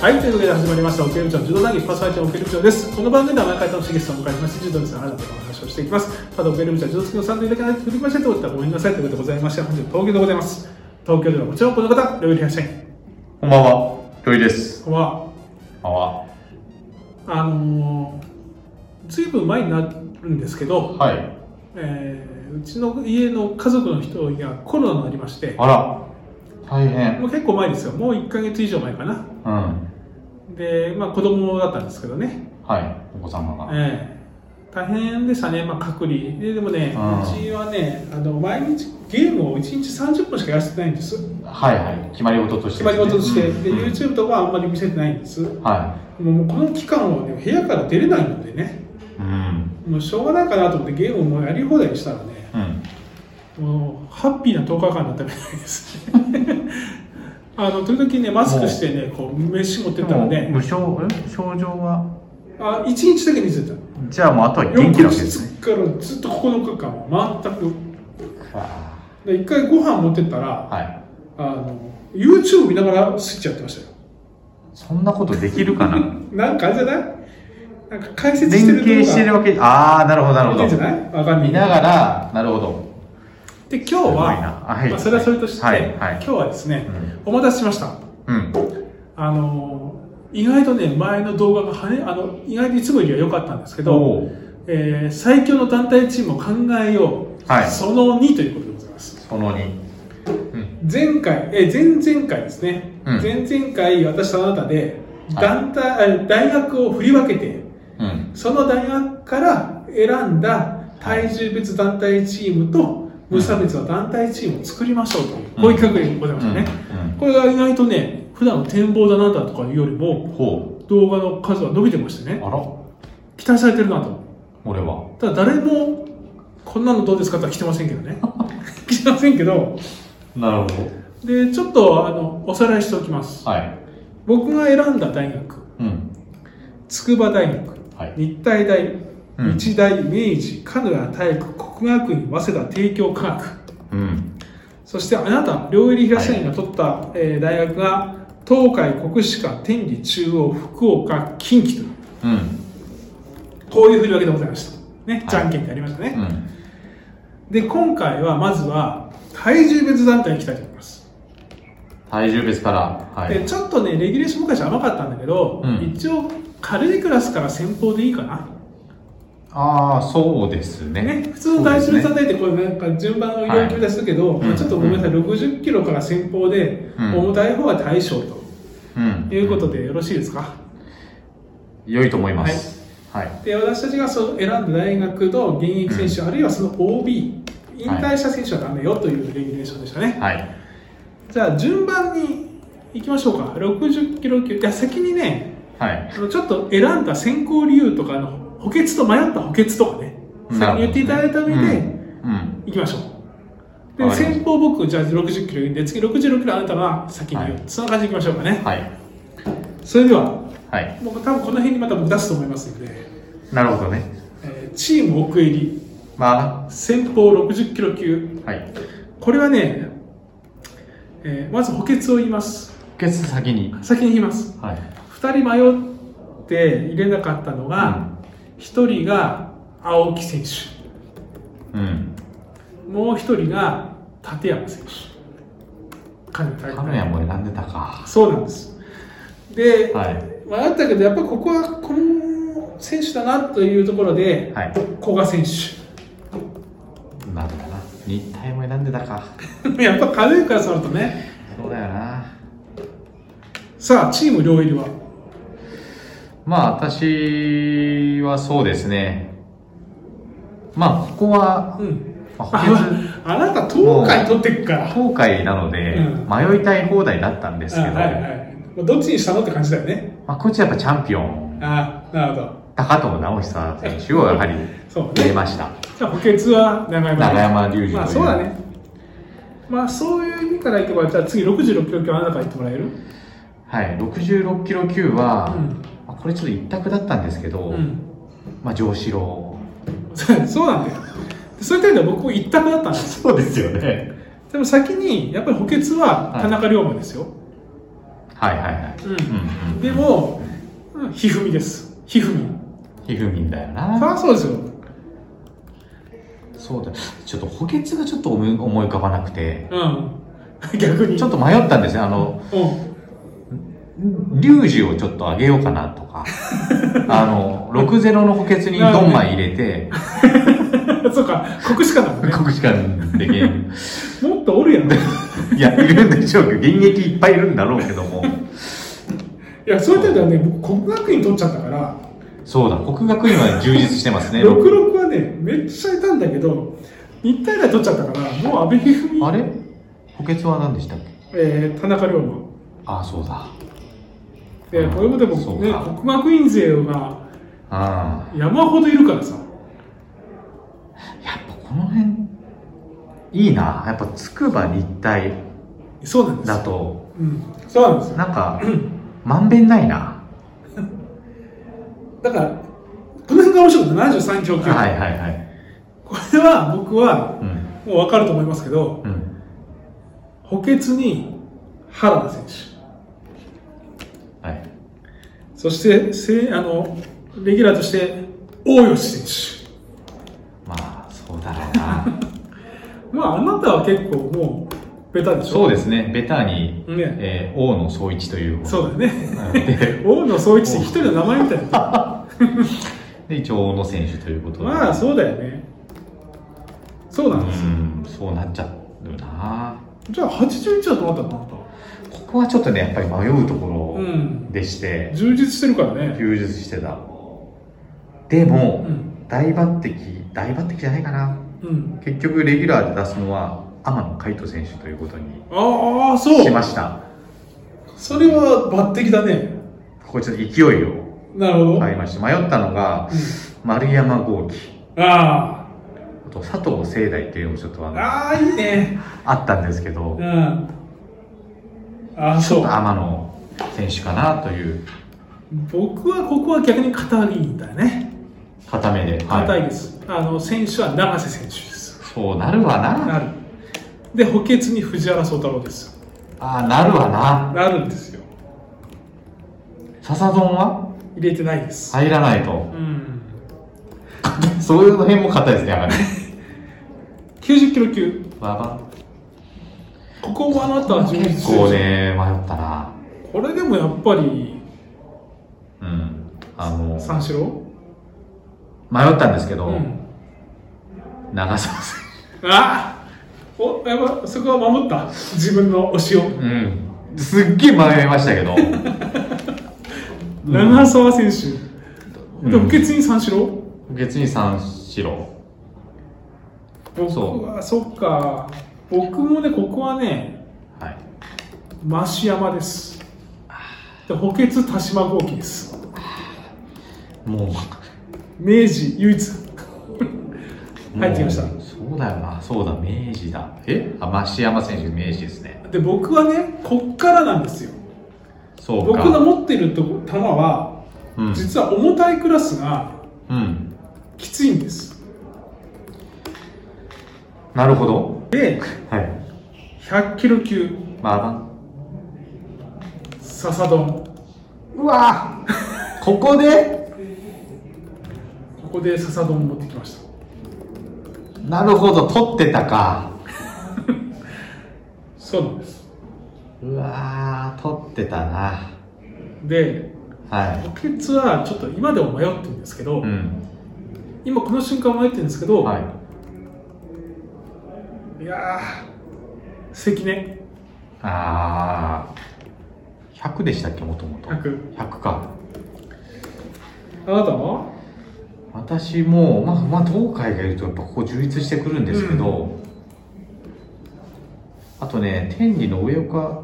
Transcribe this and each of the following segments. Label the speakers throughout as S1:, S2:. S1: はい、というわけで始まりました、オケルチョン柔道談義パーソナリティのオケルチョンです。この番組では毎回楽しいゲストをお迎えしまして、柔道について新たなお話をしていきます。ただ、オケルチョン柔道好きのサンド入れないと振りましてと思ったらごめんなさいということでございまして、本日は東京でございます。東京ではもちろんこの方、料理編社員。
S2: こんばんは、ひょいです。
S1: こんばんは。
S2: こんばんは。
S1: あのー、ずいぶん前になるんですけど、
S2: はい。
S1: えーうちの家の家族の人がコロナになりまして、
S2: あら、大変。
S1: もう結構前ですよ、もう1ヶ月以上前かな。
S2: うん。
S1: で、まあ子供だったんですけどね。
S2: はい、お子様が。
S1: ええ、大変でしたね、まあ、隔離ででもね、う
S2: うん
S1: ちはねあの毎日ゲームを1日30分しかやらせてないんです
S2: はいはい、決まり事として
S1: 決
S2: で
S1: ますり
S2: ね、
S1: 事として、で
S2: うん
S1: YouTube とかはあんまり見せてないんですも
S2: は
S1: うもうこの期間は、ね、部屋から出れないのでね
S2: い。うん。
S1: もうしょうがないかなと思ってゲームをもうやり放題にしたらね
S2: うん。
S1: もうハッピーな10日間だったみたいです ねあの時々ねマスクしてねこう飯持ってったら
S2: もう
S1: ね
S2: 無症、え症状は
S1: あ1日だけ見せた
S2: じゃあもうあとは
S1: 翌
S2: 元気なわけですね。
S1: 日からずっと9日間全く
S2: は
S1: で一回ご飯持ってったら
S2: い。
S1: あの YouTube 見ながらスイッチやってましたよ
S2: そんなことできるか な
S1: なんかあれじゃないなんか解説して
S2: 連
S1: る動画
S2: 携して るわけ、ああ、なるほど、なるほ
S1: 見てんじゃ
S2: ど。
S1: ないわかんない
S2: 見ながら、なるほど。
S1: で今日は、
S2: すごいなはい
S1: まあ、それはそれとして、
S2: はいはい
S1: 今日はですね、お待たせしました
S2: うん。
S1: あの意外とね前の動画がはねあの意外といつもよりは良かったんですけど、
S2: おう
S1: えー最強の団体チームを考えよう、
S2: はい
S1: その2ということでございます
S2: その2。うん。
S1: 前回、えー前々回ですね、
S2: うん
S1: 前々回私とあなたで
S2: はい
S1: 団体、あ大学を振り分けて
S2: うん。
S1: その大学から選んだ体重別団体チームと無差別の団体チームを作りましょうという、こういう企画でございましたね、
S2: うん。
S1: これが意外とね普段の展望だなんだとかいうよりも
S2: うん。ほ
S1: 動画の数は伸びてまして
S2: う。
S1: ね
S2: あら、
S1: 期待されてるなと
S2: 俺は。
S1: ただ誰もこんなのどうですかとは来てませんけどね 来てませんけど
S2: なるほ
S1: でちょっとあのおさらいしておきます
S2: ど。はい。
S1: 僕が選んだ大学
S2: うん。
S1: 筑波大学
S2: はい。
S1: 日体大、
S2: うん
S1: 日大明治鹿屋体育国学院早稲田帝京科学
S2: うん。
S1: そしてあなた両襟東院が取った、えー大学が東海国士舘天理中央福岡近畿という
S2: うん。
S1: こういう振り分けでございましたね、
S2: い
S1: じゃんけんってありましたね、
S2: うん。
S1: で今回はまずは体重別団体に行きたいと思います、
S2: 体重別から。はい。
S1: でちょっとねレギュレーション昔甘かったんだけど、
S2: うん
S1: 一応軽いクラスから先方でいいかな
S2: ああ、そうですね。
S1: ね、普通の体重別団体ってこうなんか順番を要求出すけど、
S2: はい
S1: まあちょっとごめんなさい、60キロから先方で、
S2: うん
S1: 重たい方は大将
S2: うん。
S1: ということでよろしいですか、
S2: 良いと思います。はい。
S1: で私たちがその選んだ大学の現役選手、あるいはその OB 引退した選手はダメよというレギュレーションでしたね、
S2: はい。
S1: じゃあ順番に行きましょうか60キロ級いや先にね
S2: はい。
S1: あのちょっと選んだ選考理由とかあの補欠と迷った補欠とかね
S2: な
S1: 先
S2: るほど
S1: に言っていただいた上
S2: う
S1: で
S2: うん。
S1: 行きましょう、
S2: わ
S1: で
S2: かりました
S1: 先方僕じゃあ60キロで次66キロあなたが先に言う、
S2: はい
S1: そんな感じでいきましょうかね
S2: はい。
S1: それでは
S2: はい。
S1: もう多分この辺にまた僕出すと思いますので、
S2: なるほどね。
S1: えーチーム奥襟
S2: ま
S1: 先方60キロ級
S2: あ、はい。
S1: これはね、えーまず補欠を言います
S2: 決決先に。
S1: 先に言います
S2: はい。
S1: 2人迷って入れなかったのが、1人が青木選手
S2: うん。
S1: もう1人が立山選手金田大
S2: カメラも選んでたか。
S1: そうなんですで、
S2: はい。
S1: 迷ったけどやっぱここはこの選手だなというところで
S2: はい。
S1: 古賀選手
S2: なるほどな。日体も選んでたか。
S1: やっぱ軽いからそるとね
S2: そうだよな。
S1: さあチーム両入りは
S2: まあ、私はそうですね。まあ、ここは、
S1: うん
S2: まあ補欠
S1: ああなた東海取ってっから
S2: 東海なので、
S1: うん
S2: 迷いたい放題だったんですけど、
S1: あはいはいまあ、どっちにしたのって感じだよね
S2: まあ、こっちはやっぱチャンピオン、
S1: ああなるほど
S2: 高友直久選手をやはり
S1: そう
S2: 入れ
S1: ね
S2: ました。
S1: じゃあ補欠は長山
S2: 長山隆二という
S1: まあそうだねまあそういう意味からいけばじゃあ次66キロ級はあなたから言ってもらえる
S2: はい、66キロ級は、
S1: うん
S2: まあこれちょっと一択だったんですけど、
S1: うん
S2: まあ、上志郎。
S1: そうそうなんだよでそういった意味では僕も一択だったんです
S2: そうですよね。
S1: でも先にやっぱり補欠は田中龍馬ですよ、
S2: はいはいはい。
S1: うん
S2: うんうん
S1: で、も、うん、ひふみです。ひふみ。
S2: ひふみんだよ
S1: そり
S2: な。
S1: ゃそうですよ。
S2: そうだ。ちょっと補欠がちょっと思い思い浮かばなくて、
S1: うん。逆に。
S2: ちょっと迷ったんですよ。あの、
S1: うん。
S2: リュウジをちょっと上げようかなとか、あの、60の補欠にドンマイ入れて、
S1: そうか、国士官だもんね。
S2: 国士官でゲーム。
S1: もっとおるやん。い
S2: いや、いるんでしょうけど、現役いっぱいいるんだろうけども。
S1: や、そういう点ではね、僕、国学院取っちゃったから、
S2: そうだ、国学院は充実してますね。
S1: 六六はね、めっちゃいたんだけど、日体大取っちゃったから、もう阿部一二
S2: あ
S1: 三、
S2: れ補欠は何でしたっけ
S1: えー、田中龍馬。
S2: ああ、そうだ。
S1: で、
S2: うん
S1: これもでも
S2: そう
S1: ね
S2: か、
S1: 国学院勢が
S2: あ
S1: 山ほどいるからさ。
S2: あ。やっぱこの辺、いいな。やっぱ筑波立体
S1: そうなんですよ
S2: だと、
S1: うん、そうなんですよ。
S2: なんか、まんべんないな。
S1: だから、この辺が面白くて、73強級。
S2: はいはいはい。
S1: これは僕は、
S2: うん。
S1: もう分かると思いますけど、
S2: うん。
S1: 補欠に原田選手。
S2: はい。
S1: そして、せあのレギュラーとして、大吉選
S2: まあ、そうだろうな。
S1: 手。まあ、あなたは結構もう、ベタでしょ
S2: そうですね。ベターに、
S1: ね
S2: えー大野総一という。
S1: そうだよね。
S2: なの で。
S1: 大野総一って一人の名前みたいな。
S2: で、一応大野選手ということで。
S1: まあ、そうだよね。そうなんですよ。
S2: うん、そうなっちゃうな。
S1: じゃあ、81だと思ったのか
S2: ここはちょっとね、やっぱり迷うとこ
S1: なう
S2: ろ
S1: ん。
S2: でして、
S1: 充実してるからね。
S2: 充実してた。で
S1: う
S2: も、
S1: ん。
S2: 大抜擢、大抜擢じゃないかな。
S1: うん。
S2: 結局、レギュラーで出すのは、天野海斗選手ということに
S1: ああ、そ
S2: し
S1: う。
S2: ました。
S1: それは抜擢だね。
S2: ここちょっと勢いを
S1: なるほど。
S2: 買いまして、迷ったのが、丸山豪輝、
S1: あ
S2: あと佐藤聖大っていうのもちょっとあ
S1: あ。
S2: の
S1: ああ、いいね。
S2: あったんですけど
S1: うん。、ああ、
S2: ちょ
S1: そ
S2: っ
S1: う
S2: と。天野選手かなという、
S1: 僕はここは逆に硬いんだよね。
S2: 固めで。
S1: 硬い
S2: い。
S1: です。あの、選手は永瀬選手です。
S2: そうなるわな。
S1: なる。で、補欠に藤原聡太郎です。
S2: ああ、なるわな。
S1: なるんですよ。
S2: 笹丼は
S1: 入れてないです。
S2: 入らないと。
S1: うん。
S2: そういうの辺も硬いですね、やは り。
S1: 90キロ級。
S2: ババ
S1: ここもあなたは充実
S2: 結
S1: してる
S2: 構ね、迷ったな。
S1: これでもやっぱり、
S2: うん。あの、
S1: 三四郎
S2: 迷ったんですけど、
S1: うん。
S2: 長澤さん。
S1: あお、やばい、そこは守った。自分の推しを。
S2: うん。すっげえ迷いました けど。
S1: 長澤選手。で、補欠
S2: 別に。
S1: に三四郎
S2: 別に三四郎。
S1: 僕は、そっか。僕もね、ここはね、
S2: はい。
S1: 増山です。で補欠田島豪輝です。
S2: もう、
S1: 明治唯一。入ってきました
S2: もうそうだよな。そうだ、明治だ。えあ、増山選手、明治ですね。
S1: で僕はねこっからなんですよ。
S2: そう
S1: 僕
S2: か。
S1: の持っているとこ球は、
S2: うん。
S1: 実は重たいクラスが
S2: うん。
S1: きついんです。
S2: なるほど。
S1: で
S2: はい。
S1: 100キロ級
S2: まあまあ、
S1: 笹丼
S2: うわぁここで
S1: ここで笹丼持ってきました。
S2: なるほど取ってたか
S1: そうなんです。
S2: うわぁ取ってたな
S1: で
S2: は
S1: 補欠はちょっと今でも迷ってるんですけど、
S2: いうん
S1: 今この瞬間迷ってるんですけど、
S2: はい
S1: い、やー関根
S2: あー100でしたっけもともと
S1: 100
S2: 100か
S1: あなたは
S2: 私もまあまあ東海がいるとやっぱここ充実してくるんですけど、あとね天理の上岡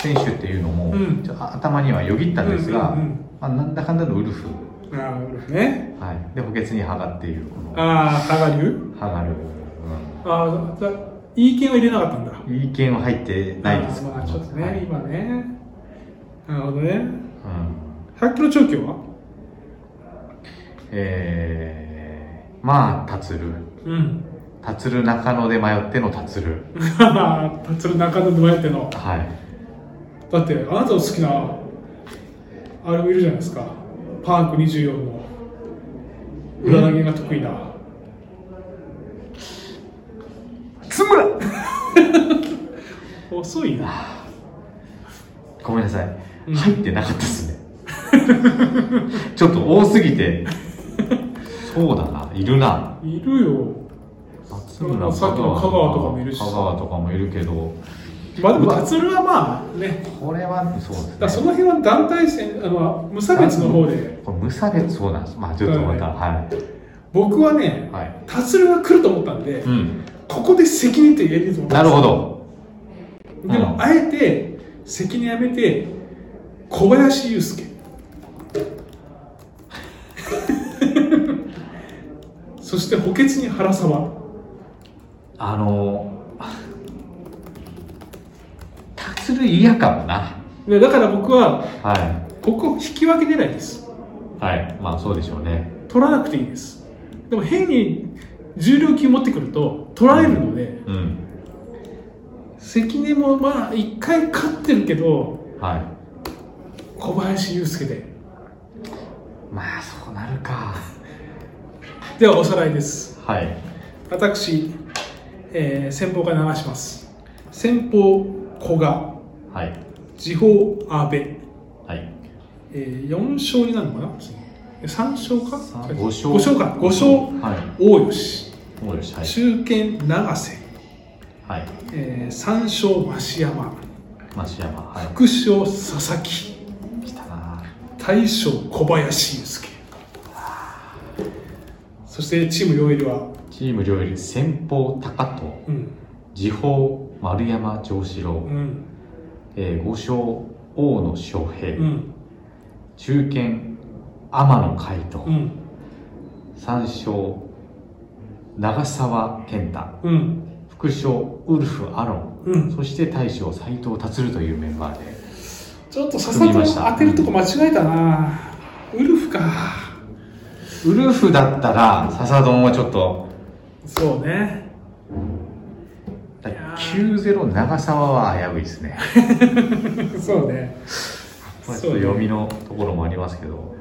S2: 選手っていうのも、
S1: うん
S2: ちょっと頭にはよぎったんですが、
S1: うんうんうん
S2: まあ、なんだかんだのウルフ、
S1: あーウルフね。
S2: はい、で補欠に羽賀っていうこの
S1: ああ、ハガリュ
S2: ハガル、
S1: ああ、だいい券は入れなかったんだ。
S2: うん、いい件は入ってないです
S1: あーまあ、ちょっとね、
S2: はい
S1: 今ね。なるほどね。
S2: うん
S1: 100キロ超級は
S2: えー、まあ達る
S1: うん。
S2: 達る中野で迷っての達る
S1: まあ、達郎中野で生まれての。
S2: はい
S1: だってあなたの好きなあれもいるじゃないですかパーク24の裏投げが得意な
S2: つむら
S1: 遅いな
S2: ごめんなさい、
S1: うん
S2: 入ってなかったですね ちょっと多すぎてそうだないるない
S1: るよ
S2: 松村
S1: さっきの香川とかもいるし
S2: 香川とかもいるけど
S1: まあでも達郎はまあね
S2: これはそうですね
S1: だからその辺は団体戦あの無差別の方で
S2: これ無差別そうなんですまあちょっとまたはい
S1: 僕はね
S2: はい、
S1: 達郎が来ると思ったんで、
S2: うん、
S1: ここで責任って言えると思った
S2: なん
S1: です
S2: るほど
S1: でも、
S2: うん
S1: あえて関根やめて小林祐介そして補欠に原沢
S2: あの達る嫌かもな
S1: でだから僕は
S2: は
S1: ここ引き分け狙いです
S2: いはいまあそうでしょうね
S1: 取らなくていいですでも変に重量級持ってくると取られるので
S2: うん
S1: 関根もまあ1回勝ってるけど
S2: はい
S1: 小林祐介で
S2: まあそうなるか
S1: ではおさらいです
S2: はい
S1: 私、えー先方から流します先方古賀
S2: はい
S1: 次方阿部、え
S2: はい
S1: ー、4勝になるのかな3勝か
S2: 五勝
S1: 五勝か5勝
S2: はい
S1: 大吉
S2: そうですはい
S1: 中堅永瀬、
S2: はい
S1: えー、3勝増山
S2: 増山は
S1: 副将佐々木
S2: い来たな
S1: 大将小林祐介そしてチーム用意は、
S2: チーム両より先方高藤
S1: うん
S2: 次方丸山丈志郎、
S1: うん
S2: えー、五勝大野将平、
S1: うん
S2: 中堅天野海斗、
S1: うん
S2: 三勝長沢健太
S1: うん
S2: 副将ウルフ・アロン
S1: うん
S2: そして大将斎藤達というメンバーで
S1: ちょっと佐々木の当てるとこ間違えたな、ウルフか
S2: ウルフだったら笹丼はちょっと
S1: そうね
S2: だ
S1: いやー
S2: 90長沢は危ういですね
S1: そうね
S2: これちょっと読みのところもありますけど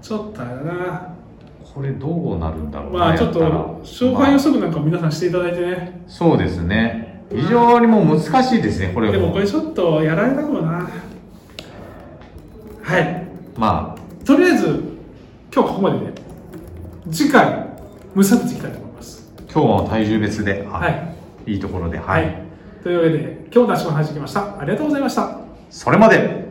S1: ちょっとあれだな
S2: これどうなるんだろうな
S1: まあちょっと
S2: やたら
S1: 勝敗予測なんか皆さんしていただいてね、
S2: まあそうですね非常にもう難しいですねこれ
S1: でも
S2: も
S1: これちょっとやられたかもなはい
S2: ま
S1: とりあえず今日はここまでで次回無差別いきたいと思います
S2: あ今日は体重別であ
S1: はい
S2: いいところではい、
S1: というわけで今日の足も話してきましたありがとうございました
S2: それまで